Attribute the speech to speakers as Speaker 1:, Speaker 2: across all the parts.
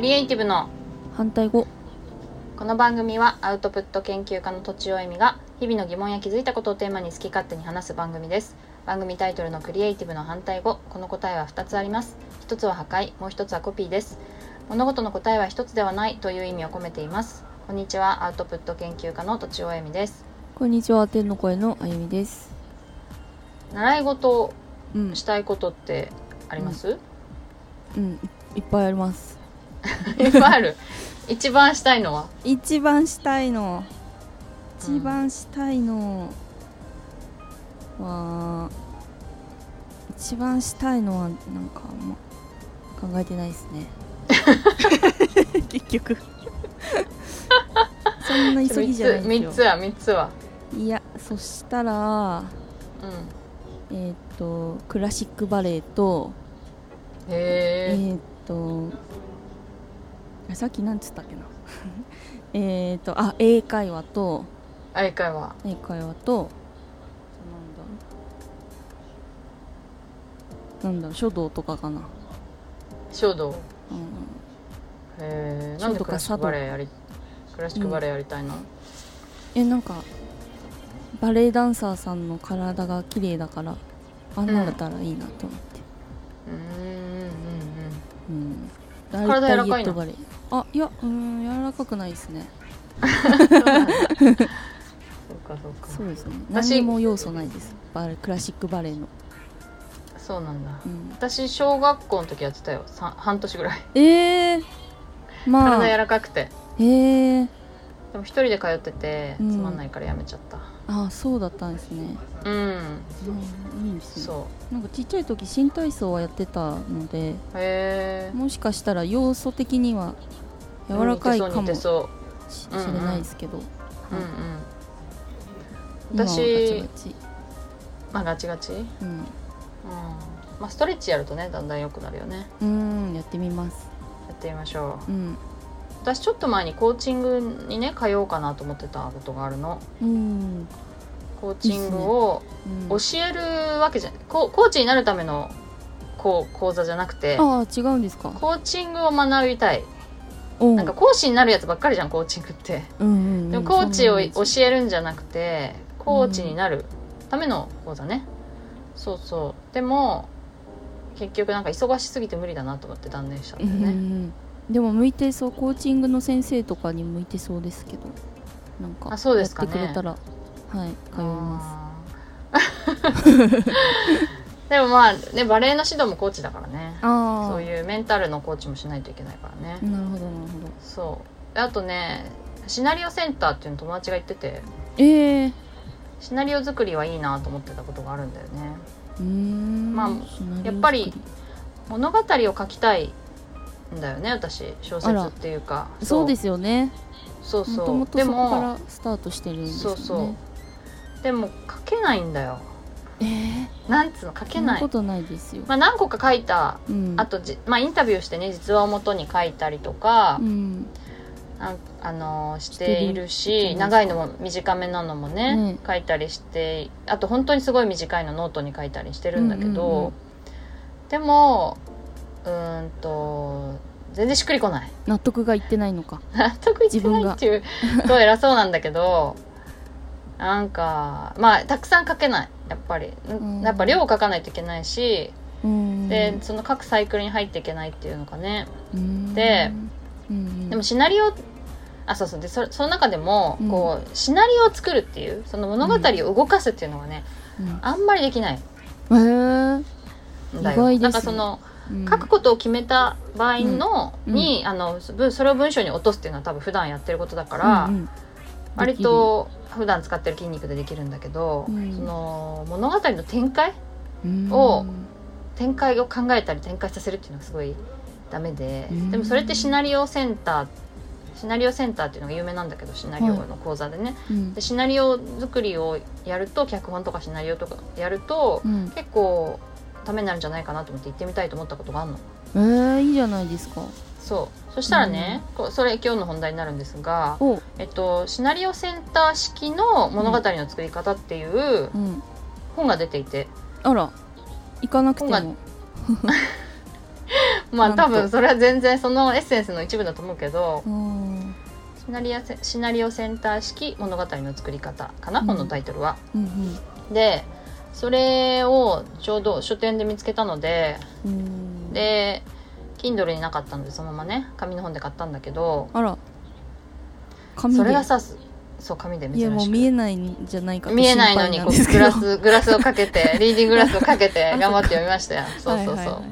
Speaker 1: リエイティブの
Speaker 2: 反対語
Speaker 1: この番組はアウトプット研究家のとちおえみが日々の疑問や気づいたことをテーマに好き勝手に話す番組です番組タイトルのクリエイティブの反対語この答えは2つあります一つは破壊もう一つはコピーです物事の答えは一つではないという意味を込めていますこんにちはアウトプット研究家のとちおえみです
Speaker 2: こんにちは天の声のあゆみです
Speaker 1: 習い事
Speaker 2: うん
Speaker 1: したいことってあります、
Speaker 2: うんいっぱいあります
Speaker 1: いっぱいある一番したいのは
Speaker 2: 一番したいの
Speaker 1: うん
Speaker 2: 一番したいのは、一番したいのはなんかあんま考えてないですね 結局そんな急ぎ
Speaker 1: 三
Speaker 2: じゃない
Speaker 1: つ
Speaker 2: んで
Speaker 1: 三
Speaker 2: す
Speaker 1: つ
Speaker 2: よ
Speaker 1: は三つはい
Speaker 2: やそしたら
Speaker 1: うん
Speaker 2: えーっ、とクラシックバレエとえ
Speaker 1: へえ
Speaker 2: ーっとあさっきなんつったっけな えーっとあ英会話と
Speaker 1: 英会話
Speaker 2: 英会話となんだなんだろう書道とかかな、
Speaker 1: 書道
Speaker 2: うん、
Speaker 1: へえなんでクラシックバレエやりクラシックバレエやりたいの、
Speaker 2: えなんかバレエダンサーさんの体が綺麗だからあんなだったらいいなと思って、
Speaker 1: うーんうん
Speaker 2: うん、
Speaker 1: 体柔らかいの
Speaker 2: ダイエットバレエあいやうん柔らかくないですね
Speaker 1: うんそうなんだそうかそうか
Speaker 2: そうですね
Speaker 1: 私
Speaker 2: 何にも要素ないですバレクラシックバレエの、
Speaker 1: そうなんだ
Speaker 2: うん、
Speaker 1: 私小学校の時やってたよさん半年ぐらい
Speaker 2: ええまあ
Speaker 1: 体柔らかくて
Speaker 2: ええ
Speaker 1: でも一人で通っててつ
Speaker 2: うん
Speaker 1: まんないからやめちゃった
Speaker 2: あそうだったんですね、
Speaker 1: うん、
Speaker 2: うん、いいですね
Speaker 1: そ
Speaker 2: なんかちっちゃい時新体操はやってたので
Speaker 1: うへえ
Speaker 2: もしかしたら要素的には柔らかいか
Speaker 1: 似
Speaker 2: も
Speaker 1: て
Speaker 2: し
Speaker 1: そう
Speaker 2: し
Speaker 1: ううんうん
Speaker 2: れないですけど、
Speaker 1: 似てそううんう
Speaker 2: はい
Speaker 1: ん
Speaker 2: 今は
Speaker 1: 私
Speaker 2: ガチガチ
Speaker 1: まあガチガチうん
Speaker 2: うん
Speaker 1: まあストレッチやるとねだんだん良くなるよね
Speaker 2: うーんやってみます
Speaker 1: やってみましょう
Speaker 2: うん
Speaker 1: 私ちょっと前にコーチングにね通おうかなと思ってたことがあるの
Speaker 2: うん、
Speaker 1: コーチングを
Speaker 2: う
Speaker 1: 教
Speaker 2: ん、
Speaker 1: えるわけじゃこうコーチになるためのこう講座じゃなくて
Speaker 2: ああ違うんですか
Speaker 1: コーチングを学びたい
Speaker 2: おう
Speaker 1: なんか講師になるやつばっかりじゃんコーチングって
Speaker 2: うんうんうん
Speaker 1: でもコーチを
Speaker 2: そんなイメージ
Speaker 1: 教えるんじゃなくてコーチになるための講座ねそうそうでも結局なんか忙しすぎて無理だなと思って断念したんだよ
Speaker 2: うんう
Speaker 1: ね
Speaker 2: んうんでも向いてそうコーチングの先生とかに向いてそうですけどなんか
Speaker 1: あそうですかね
Speaker 2: やってくれたらはい通いま
Speaker 1: あー でもまあねバレエの指導もコーチだからね
Speaker 2: すああ
Speaker 1: そういうメンタルのコーチもしないといけないからね、
Speaker 2: なるほどなるほど
Speaker 1: そうであとねシナリオセンターっていうの友達が言ってて
Speaker 2: ええー、
Speaker 1: シナリオ作りはいいなと思ってたことがあるんだよね
Speaker 2: うーん
Speaker 1: まあ
Speaker 2: シナリオ作
Speaker 1: やっぱり物語を書きたいんだよね私小
Speaker 2: あ
Speaker 1: 説
Speaker 2: ら
Speaker 1: っていうか
Speaker 2: そうですすよね
Speaker 1: そう
Speaker 2: も
Speaker 1: そ
Speaker 2: と
Speaker 1: う
Speaker 2: もと
Speaker 1: で
Speaker 2: そこか
Speaker 1: も
Speaker 2: らスタートしてるんです
Speaker 1: そう
Speaker 2: よね
Speaker 1: そうでも書けないんだよ
Speaker 2: ええ
Speaker 1: なんつうの書
Speaker 2: ー、
Speaker 1: け
Speaker 2: そん
Speaker 1: な
Speaker 2: ないことないですよ、
Speaker 1: まあ何個か書いた
Speaker 2: うん
Speaker 1: あとじ、まあ、インタビューしてね実話をもとに書いたりとか
Speaker 2: う、ん
Speaker 1: ああのーしている
Speaker 2: してる
Speaker 1: し長いのも短めなのもね、
Speaker 2: ね
Speaker 1: 書いたりしてあと本当にすごい短いのノートに書いたりしてるんだけど、
Speaker 2: うんうんうん
Speaker 1: でもうーんと全然しっくりこない
Speaker 2: 納得がいってないのか
Speaker 1: 納得いってないっていうすごい偉そうなんだけどなんかまあたくさん書けないやっぱり、
Speaker 2: ん
Speaker 1: やっぱ量を書かないといけないし、
Speaker 2: うーん
Speaker 1: でその書くサイクルに入っていけないっていうのかね
Speaker 2: うーん
Speaker 1: で
Speaker 2: うんうん
Speaker 1: でもシナリオあそうそうでそその中でも、
Speaker 2: うん
Speaker 1: こうシナリオを作るっていうその物語を動かすっていうのはね、
Speaker 2: うん
Speaker 1: あんまりできない
Speaker 2: えー
Speaker 1: んだ
Speaker 2: 意
Speaker 1: よ、
Speaker 2: 外ですね
Speaker 1: なんかその
Speaker 2: うん
Speaker 1: 書くことを決めた場合の、
Speaker 2: うん
Speaker 1: にあのぶそれを文章に落とすっていうのは多分普段やってることだから、
Speaker 2: うんうん
Speaker 1: 割と普段使ってる筋肉でできるんだけど、
Speaker 2: うん
Speaker 1: その物語の展開を
Speaker 2: を
Speaker 1: 展開を考えたり展開させるっていうのがすごいダメで、
Speaker 2: うん
Speaker 1: でもそれってシナリオセンターシナリオセンターっていうのが有名なんだけどシナリオの講座でね、
Speaker 2: うん
Speaker 1: でシナリオ作りをやると脚本とかシナリオとかやると、
Speaker 2: うん
Speaker 1: 結構ためになるんじゃないかなと思って行ってみたいと思ったことがあるの
Speaker 2: えー、いいじゃないですか
Speaker 1: そうそしたらね、こうそれ今日の本題になるんですが、
Speaker 2: お
Speaker 1: えっと、シナリオセンター式の物語の作り方っていう
Speaker 2: うん
Speaker 1: 本が出ていて、
Speaker 2: あら行かなくて
Speaker 1: 本
Speaker 2: も
Speaker 1: まあ
Speaker 2: なんと
Speaker 1: 多分それは全然そのエッセンスの一部だと思うけど
Speaker 2: うん
Speaker 1: シナリオセシナリオセンター式物語の作り方かな、
Speaker 2: うん
Speaker 1: 本のタイトルは。
Speaker 2: うん
Speaker 1: でそれをちょうど書店で見つけたので
Speaker 2: うん
Speaker 1: で Kindle になかったのでそのままね紙の本で買ったんだけど
Speaker 2: あら紙で
Speaker 1: それがさそう紙で
Speaker 2: いや
Speaker 1: 珍
Speaker 2: もう
Speaker 1: し
Speaker 2: 見
Speaker 1: く
Speaker 2: えないんじゃないかと
Speaker 1: 見えないのに
Speaker 2: 心配
Speaker 1: こ
Speaker 2: んです
Speaker 1: う
Speaker 2: け
Speaker 1: グラ
Speaker 2: ど
Speaker 1: スグラスをかけて リーディンググラスをかけて
Speaker 2: あ
Speaker 1: 頑張って読みましたよ そうそうそう、
Speaker 2: はいはいはい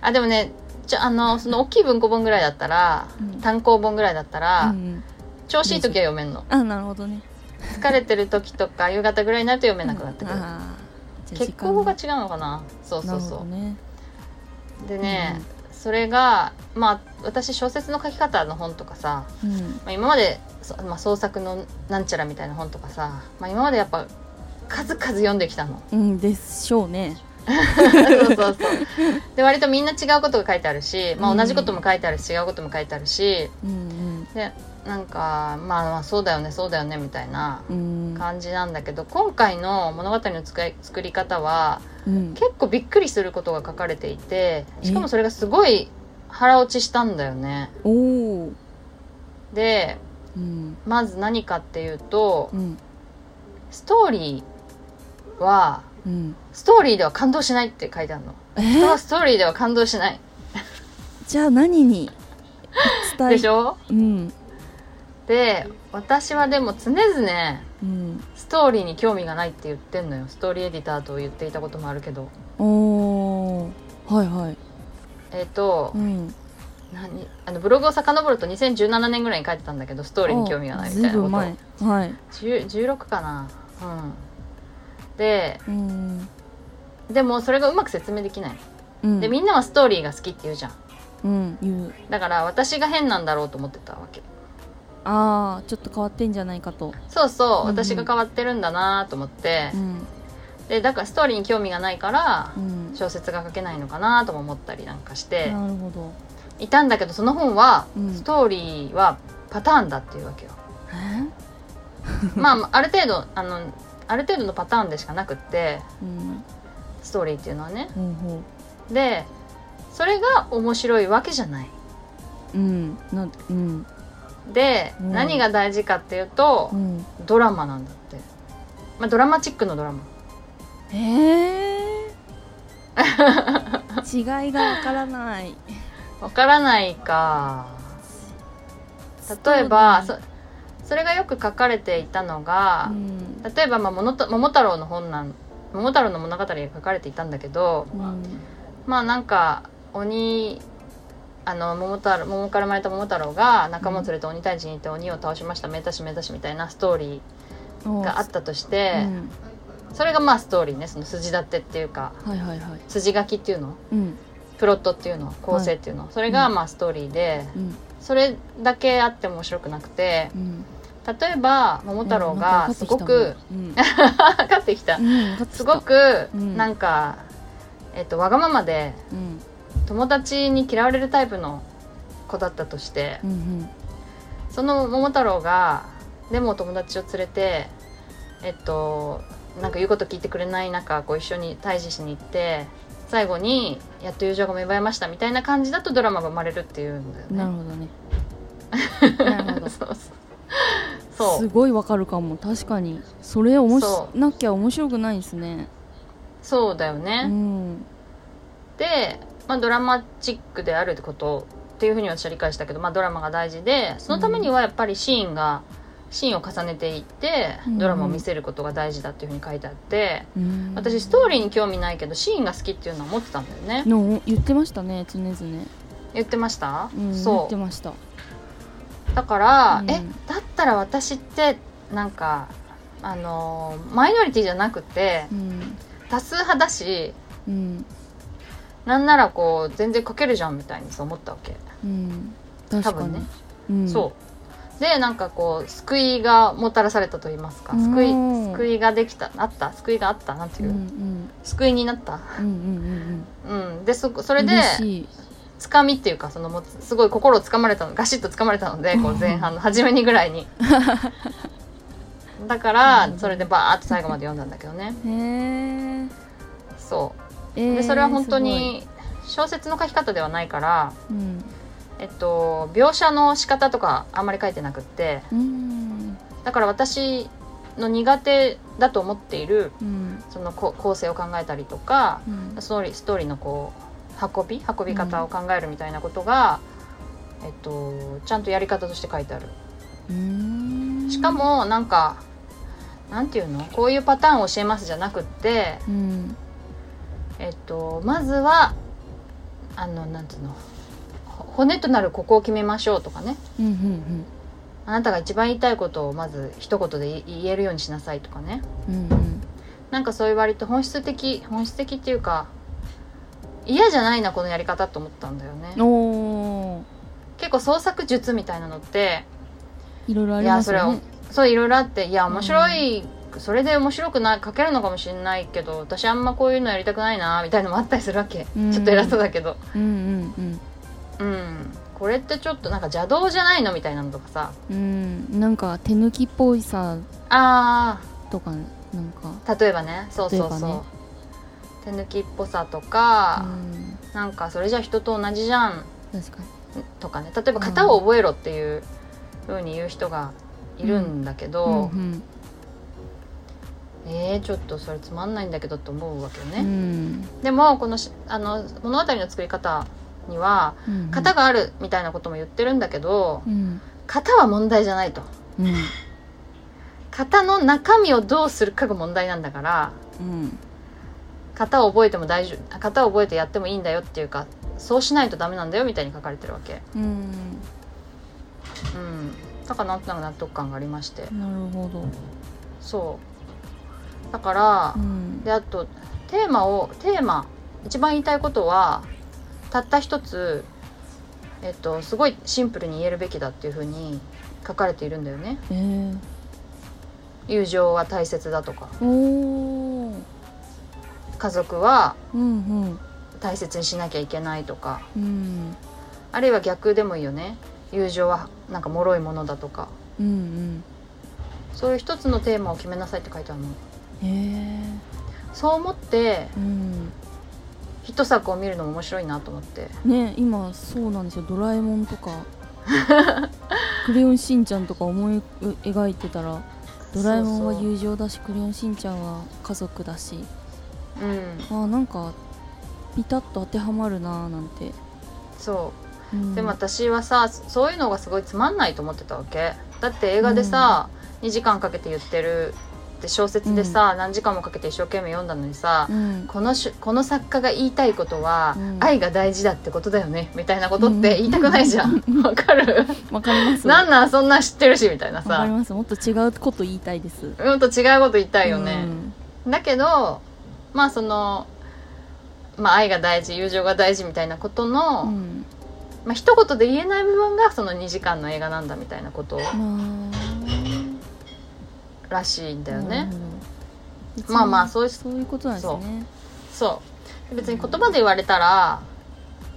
Speaker 1: あでもねちょあのその大きい文庫本ぐらいだったら、
Speaker 2: うん
Speaker 1: 単行本ぐらいだったら、
Speaker 2: うんうん
Speaker 1: 調子いい時は読めんの
Speaker 2: あなるほどね
Speaker 1: 疲れてる時とか夕方ぐらいになると読めなくなってくる、
Speaker 2: あーじゃあ
Speaker 1: 結
Speaker 2: 時
Speaker 1: 構
Speaker 2: 間
Speaker 1: 語が違うのかなそうそうそう、
Speaker 2: なるほどね
Speaker 1: でね、それがまあ私小説の書き方の本とかさ、
Speaker 2: うん
Speaker 1: まあ、今まで、そまあ、創作のなんちゃらみたいな本とかさ、まあ、今までやっぱ数々読んできたの
Speaker 2: うんでしょうね
Speaker 1: そうそうそうで割とみんな違うことが書いてあるし、ま
Speaker 2: う
Speaker 1: あ、
Speaker 2: ん
Speaker 1: 同じことも書いてあるし違うことも書いてあるし
Speaker 2: うん
Speaker 1: でなんかまあまあそうだよねそうだよねみたいな
Speaker 2: うんうん
Speaker 1: 感じなんだけど今回の物語の作り作り方は
Speaker 2: うん
Speaker 1: 結構びっくりすることが書かれていてしかもそれがすごい腹落ちしたんだよね。
Speaker 2: おお
Speaker 1: で
Speaker 2: うん
Speaker 1: まず何かっていうと
Speaker 2: うん
Speaker 1: ストーリーは
Speaker 2: うん
Speaker 1: ストーリーでは感動しないって書いてあるの
Speaker 2: え
Speaker 1: 人
Speaker 2: ー
Speaker 1: はストーリーでは感動しない
Speaker 2: じゃあ何に伝え
Speaker 1: でしょ
Speaker 2: うん
Speaker 1: で私はでも常々
Speaker 2: うん
Speaker 1: ストーリーに興味がないって言ってんのよストーリーエディターと言っていたこともあるけど
Speaker 2: おーはいはい
Speaker 1: えっ、と、
Speaker 2: うん
Speaker 1: 何あのブログを遡ると2017年ぐらいに書いてたんだけどストーリーに興味がないみ
Speaker 2: ず
Speaker 1: た
Speaker 2: い
Speaker 1: いな
Speaker 2: ぶ
Speaker 1: こ
Speaker 2: ん
Speaker 1: と
Speaker 2: 前はい
Speaker 1: 10 16かなうんで
Speaker 2: うん
Speaker 1: でもそれがうまく説明できない
Speaker 2: うん
Speaker 1: でみんなはストーリーが好きって言うじゃん
Speaker 2: うん言う
Speaker 1: だから私が変なんだろうと思ってたわけ
Speaker 2: ああちょっと変わってんじゃないかと
Speaker 1: そうそう、
Speaker 2: うん
Speaker 1: 私が変わってるんだなと思って
Speaker 2: う、ん
Speaker 1: でだからストーリーに興味がないから
Speaker 2: うん
Speaker 1: 小説が書けないのかなとも思ったりなんかして
Speaker 2: なるほど
Speaker 1: いたんだけどその本は
Speaker 2: うん
Speaker 1: ストーリーはパターンだっていうわけ よ、
Speaker 2: え
Speaker 1: まあある程度あのある程度のパターンでしかなくって
Speaker 2: うん
Speaker 1: ストーリーっていうのはね
Speaker 2: ほうほ
Speaker 1: でそれが面白いわけじゃないう
Speaker 2: うんなうん
Speaker 1: で、
Speaker 2: うん
Speaker 1: 何が大事かっていうと
Speaker 2: う、ん
Speaker 1: ドラマなんだって、まあ、ドラマチックのドラマ
Speaker 2: えー、違いがわからない
Speaker 1: わからないか例えばそそれがよく書かれていたのが
Speaker 2: う、ん
Speaker 1: 例えば、まあ、ものと桃太郎の本なん桃太郎の物語が書かれていたんだけど
Speaker 2: うん
Speaker 1: まあなんか鬼あの桃太郎桃から生まれた桃太郎が仲間を連れて鬼退治に行って鬼を倒しましためでたしめでたしみたいなストーリーがあったとして
Speaker 2: う、ん
Speaker 1: それがまあストーリーねその筋立てっていうか
Speaker 2: はいはいはい
Speaker 1: 筋書きっていうの
Speaker 2: うん
Speaker 1: プロットっていうの構成っていうの、それがまあストーリーで、
Speaker 2: うん
Speaker 1: それだけあっても面白くなくて
Speaker 2: うん
Speaker 1: 例えば桃太郎がすごく、
Speaker 2: う
Speaker 1: 分
Speaker 2: ん、
Speaker 1: かってきた
Speaker 2: うん、
Speaker 1: すご、く
Speaker 2: うん
Speaker 1: なんか、えっとわがままで
Speaker 2: うん
Speaker 1: 友達に嫌われるタイプの子だったとして
Speaker 2: うんうん、
Speaker 1: その桃太郎がでも友達を連れてえっとなんか言うこと聞いてくれない中こう一緒に退治しに行って最後にやっと友情が芽生えましたみたいな感じだとドラマが生まれるっていうんだよね。
Speaker 2: なるほど ねなるほど
Speaker 1: そうそう そう
Speaker 2: すごいわかるかも確かにそれおもし
Speaker 1: そ
Speaker 2: なきゃ面白くないですね
Speaker 1: そうだよ
Speaker 2: う
Speaker 1: ね、
Speaker 2: ん
Speaker 1: で、まあ、ドラマチックであることっていうふうに私は理解したけど、まあ、ドラマが大事でそのためにはやっぱりシーンが、シーンを重ねていって
Speaker 2: うん
Speaker 1: ドラマを見せることが大事だっていうふうに書いてあって、
Speaker 2: うん
Speaker 1: 私ストーリーに興味ないけどシーンが好きっていうのは思ってたんだよね
Speaker 2: の言ってましたね常々、
Speaker 1: 言ってました、
Speaker 2: うん、言
Speaker 1: そ
Speaker 2: って
Speaker 1: う
Speaker 2: ました
Speaker 1: だから、
Speaker 2: うん
Speaker 1: えだったら私ってなんかあのーマイノリティじゃなくて
Speaker 2: うん
Speaker 1: 多数派だし
Speaker 2: うん
Speaker 1: なんならこう全然書けるじゃんみたいにそう思ったわけ
Speaker 2: うん確か
Speaker 1: 多分
Speaker 2: に、
Speaker 1: ね
Speaker 2: うん、
Speaker 1: そうでなんかこう救いがもたらされたと言いますか
Speaker 2: うん
Speaker 1: 救い救いができたあった救いがあったなんて
Speaker 2: う
Speaker 1: い
Speaker 2: ん
Speaker 1: う、
Speaker 2: うん
Speaker 1: 救いになった
Speaker 2: うんうんうん
Speaker 1: うんでそこそ
Speaker 2: そ
Speaker 1: れで
Speaker 2: 嬉しい
Speaker 1: つかみっていうかそのもうすごい心をつかまれたのガシッとつかまれたのでこう前半の初めにぐら いにだか
Speaker 2: なるほ
Speaker 1: ら
Speaker 2: ど
Speaker 1: それでバーッと最後まで読んだんだけどね
Speaker 2: へー
Speaker 1: そ
Speaker 2: え
Speaker 1: う
Speaker 2: ー
Speaker 1: でそれは本当に小説の書き方ではないから、
Speaker 2: うん
Speaker 1: えっと、描写の仕方とかあんまり書いてなくって
Speaker 2: うん
Speaker 1: だから私の苦手だと思っている
Speaker 2: うん
Speaker 1: そのこ構成を考えたりとか
Speaker 2: うん
Speaker 1: ストーリーストーリーのこう運び運び方を考えるみたいなことが、えっと、ちゃんとやり方として書いてある。
Speaker 2: うん
Speaker 1: しかもなんかなんていうのこういうパターンを教えますじゃなくって、
Speaker 2: うん
Speaker 1: えっと、まずはあのなんていうのほ骨となるここを決めましょうとかね
Speaker 2: うんうん
Speaker 1: あなたが一番言いたいことをまず一言で言言えるようにしなさいとかね
Speaker 2: うんうん
Speaker 1: なんかそういう割と本質的本質的っていうか嫌じゃないなこのやり方と思ったんだよね
Speaker 2: うんおー
Speaker 1: 結構創作術みたいなのって
Speaker 2: いろいろあ
Speaker 1: い
Speaker 2: り
Speaker 1: や
Speaker 2: ます
Speaker 1: それ
Speaker 2: よ
Speaker 1: は
Speaker 2: ね
Speaker 1: そういろいろあっていや面白い、それで面白くない書けるのかもしれないけど私あんまこういうのやりたくないなみたいのもあったりするわけ、
Speaker 2: うん
Speaker 1: ちょっと偉そうだけど
Speaker 2: うんうん
Speaker 1: うんこれってちょっとなんか邪道じゃないのみたいなのとかさ
Speaker 2: うんうんなんか手抜きっぽいさ
Speaker 1: あ
Speaker 2: とかなんか
Speaker 1: ー例えばねそうそうそう、
Speaker 2: 例えばね
Speaker 1: 手抜きっぽさとか、
Speaker 2: うん
Speaker 1: なんかそれじゃ人と同じじゃん
Speaker 2: 確かに
Speaker 1: とかね例えば型を覚えろっていうふうに言う人がいるんだけど
Speaker 2: う、ん
Speaker 1: えー、ちょっとそれつまんないんだけどと思うわけよ
Speaker 2: うんう
Speaker 1: ね、
Speaker 2: ん
Speaker 1: でもこのしあの物語の作り方には
Speaker 2: うん
Speaker 1: 型があるみたいなことも言ってるんだけど
Speaker 2: うん
Speaker 1: 型は問題じゃないと
Speaker 2: うん
Speaker 1: 型の中身をどうするかが問題なんだから
Speaker 2: うん
Speaker 1: 型を覚えても大丈夫型を覚えてやってもいいんだよっていうかそうしないとダメなんだよみたいに書かれてるわけ
Speaker 2: うん
Speaker 1: うんだからなんとなく納得感がありまして
Speaker 2: なるほど
Speaker 1: そうだから
Speaker 2: うん
Speaker 1: であとテーマをテーマ一番言いたいことはたった一つえっとすごいシンプルに言えるべきだっていうふうに書かれているんだよね
Speaker 2: えー
Speaker 1: 友情は大切だとか
Speaker 2: おー
Speaker 1: 家族は
Speaker 2: うんうん
Speaker 1: 大切にしなきゃいけないとか
Speaker 2: うん
Speaker 1: あるいは逆でもいいよね友情はなんか脆いものだとか
Speaker 2: うん
Speaker 1: そういう一つのテーマを決めなさいって書いてあるの
Speaker 2: うんえ
Speaker 1: そう思って
Speaker 2: ーうん
Speaker 1: ヒット作を見るのも面白いなと思って
Speaker 2: ね今そうなんですよ「ドラえもん」とか 「クレヨンしんちゃん」とか思いう描いてたら「ドラえもん」は
Speaker 1: そうそう
Speaker 2: 友情だし「クレヨンしんちゃん」は家族だし
Speaker 1: うん
Speaker 2: あーなんかピタッと当てはまるなーなんて、、
Speaker 1: そううんでも私はさそういうのがすごいつまんないと思ってたわけだって映画でさ、2時間かけて言ってるって小説でさ、何時間もかけて一生懸命読んだのにさ、
Speaker 2: うん
Speaker 1: このしこの作家が言いたいことは、
Speaker 2: うん
Speaker 1: 愛が大事だってことだよねみたいなことって言いたくないじゃん わ、かる
Speaker 2: わかります
Speaker 1: なんなんそんなん知ってるしみたいな
Speaker 2: わかり
Speaker 1: さ
Speaker 2: ますもっと違うこと言いたいです
Speaker 1: うんと違うこと言いたいよ
Speaker 2: う
Speaker 1: ね、
Speaker 2: ん
Speaker 1: だけどまあその、まあ、愛が大事友情が大事みたいなことの、
Speaker 2: うん
Speaker 1: まあ一言で言えない部分がその2時間の映画なんだみたいなことを
Speaker 2: ま
Speaker 1: らしいん
Speaker 2: あ
Speaker 1: だよね、
Speaker 2: なるほど
Speaker 1: まあまあそういう
Speaker 2: そういうことなんですね
Speaker 1: そう別に言葉で言われたら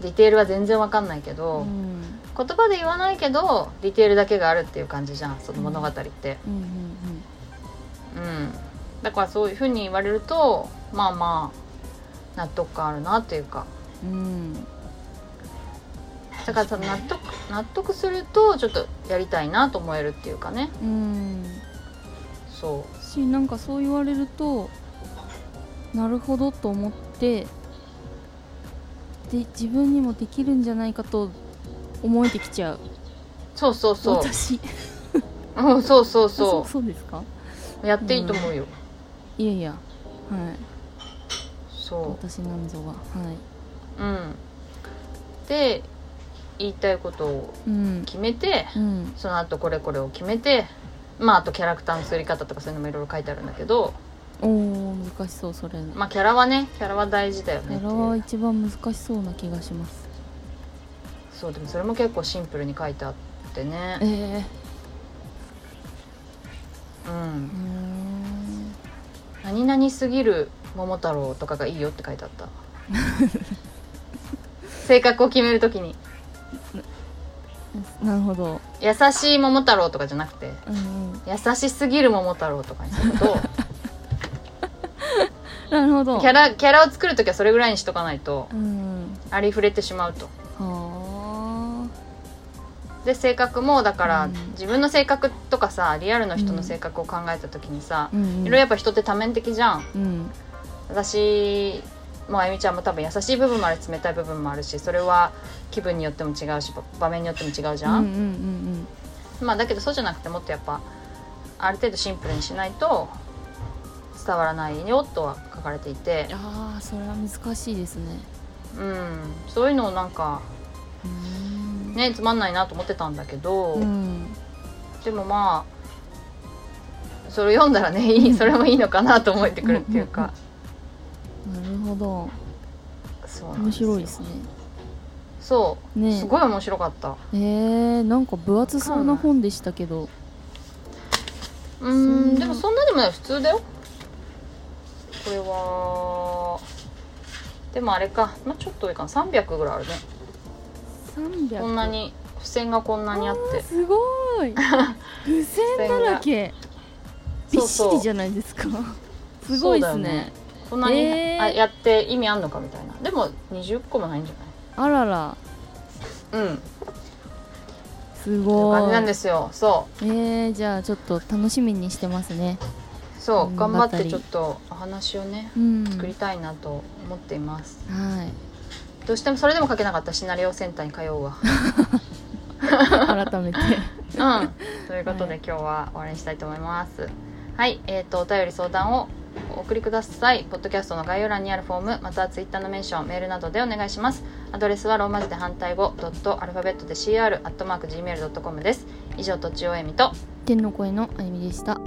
Speaker 1: ディテールは全然わかんないけ
Speaker 2: う
Speaker 1: ど、
Speaker 2: ん
Speaker 1: 言葉で言わないけどディテールだけがあるっていう感じじゃんその物語って
Speaker 2: うんうん
Speaker 1: うんだからそういうふうに言われるとまあまあ納得感あるなっていうか
Speaker 2: うんうん
Speaker 1: だからその納得納得するとちょっとやりたいなと思えるっていうかね
Speaker 2: うん
Speaker 1: そ
Speaker 2: しなんかそう言われるとなるほどと思ってで自分にもできるんじゃないかと思えてきちゃう
Speaker 1: うそうそうそう
Speaker 2: 私
Speaker 1: うんそうそう
Speaker 2: あそ
Speaker 1: そ
Speaker 2: うそうですか
Speaker 1: うやっていいと思うよ、
Speaker 2: いやいやはい
Speaker 1: そ
Speaker 2: 私なんぞはは
Speaker 1: ううんで言いたいことを
Speaker 2: いうん
Speaker 1: 決めて
Speaker 2: うん
Speaker 1: その後これこれを決めてまああとキャラクターの作り方とかそういうのもいろいろ書いてあるんだけど
Speaker 2: おー難しそうそれ
Speaker 1: まあキャラはねキャラは大事だよね
Speaker 2: や
Speaker 1: って
Speaker 2: ら
Speaker 1: い
Speaker 2: は
Speaker 1: う
Speaker 2: 一番難しそうな気がします
Speaker 1: そうでもそれも結構シンプルに書いてあってね
Speaker 2: え
Speaker 1: うん
Speaker 2: ん
Speaker 1: 「何々すぎる桃太郎」とかがいいよって書いてあった性格を決めるときに
Speaker 2: なるほど
Speaker 1: 「優しい桃太郎」とかじゃなくて
Speaker 2: うんうん
Speaker 1: 「優しすぎる桃太郎」とかにすると
Speaker 2: なるほど
Speaker 1: キャラキャラを作るときはそれぐらいにしとかないと
Speaker 2: うん
Speaker 1: 「ありふれてしまうと
Speaker 2: は
Speaker 1: で性格もだから、
Speaker 2: うん
Speaker 1: 自分の性格とかさリアルの人の性格を考えた時にさ
Speaker 2: あ、、うんう
Speaker 1: い
Speaker 2: ん、
Speaker 1: ろいろやっぱ人って多面的じゃん
Speaker 2: うん
Speaker 1: 私もあゆみちゃんも多分優しい部分もあるし冷たい部分もあるしそれは気分によっても違うしば場面によっても違うじゃ
Speaker 2: うん
Speaker 1: ん、
Speaker 2: うんうん
Speaker 1: まあだけどそうじゃなくてもっとやっぱある程度シンプルにしないと伝わらないよとは書かれていて
Speaker 2: うん、ああそれは難しいですね
Speaker 1: うんそういうのをなんか
Speaker 2: うーん
Speaker 1: ねつまんないなと思ってたんだけど、
Speaker 2: うん
Speaker 1: でもまあそれ読んだらねいいそれもいいのかなと思ってくるっていうか、
Speaker 2: なるほど
Speaker 1: そうなん
Speaker 2: 面
Speaker 1: ですよ
Speaker 2: 白いですね
Speaker 1: そう、
Speaker 2: ねえ
Speaker 1: すごい面白かった
Speaker 2: えー、なんか分厚そうな本でしたけど
Speaker 1: う
Speaker 2: そん
Speaker 1: ん
Speaker 2: な
Speaker 1: でもそんなでもない普通だよこれはでもあれか、まあ、ちょっと多いかな300ぐらいあるね
Speaker 2: 300
Speaker 1: こんなに付箋がこんなにあって
Speaker 2: すご い付箋だらけびっ
Speaker 1: そう
Speaker 2: し
Speaker 1: そ
Speaker 2: り
Speaker 1: う
Speaker 2: じゃないですかすご
Speaker 1: そう
Speaker 2: いです
Speaker 1: だよ
Speaker 2: ね
Speaker 1: ねこんなに、
Speaker 2: えー
Speaker 1: あやって意味あんのかみたいなでも20個もないんじ
Speaker 2: あらら
Speaker 1: ゃないうん
Speaker 2: す
Speaker 1: という
Speaker 2: ごい
Speaker 1: 感じなんですよそ
Speaker 2: えー、じゃあちょっと楽しみにしてますね
Speaker 1: うそう、
Speaker 2: うん
Speaker 1: 頑張っ
Speaker 2: また
Speaker 1: て
Speaker 2: り
Speaker 1: ちょっとお話をね
Speaker 2: うん
Speaker 1: 作りたいなと思っています
Speaker 2: はい
Speaker 1: どうしてもそれでも書けなかったらシナリオセンターに通うわ
Speaker 2: 改めて
Speaker 1: うん ということで、
Speaker 2: はい
Speaker 1: 今日は終わりにしたいと思いますはいえー、とお便り相談をお送りくださいポッドキャストの概要欄にあるフォームまたはツイッターのメンションメールなどでお願いしますアドレスはローマ字で反対語ドットアルファベットで CR アットマーク Gmail.com です以上とちおえみと
Speaker 2: 天の声のあゆみでした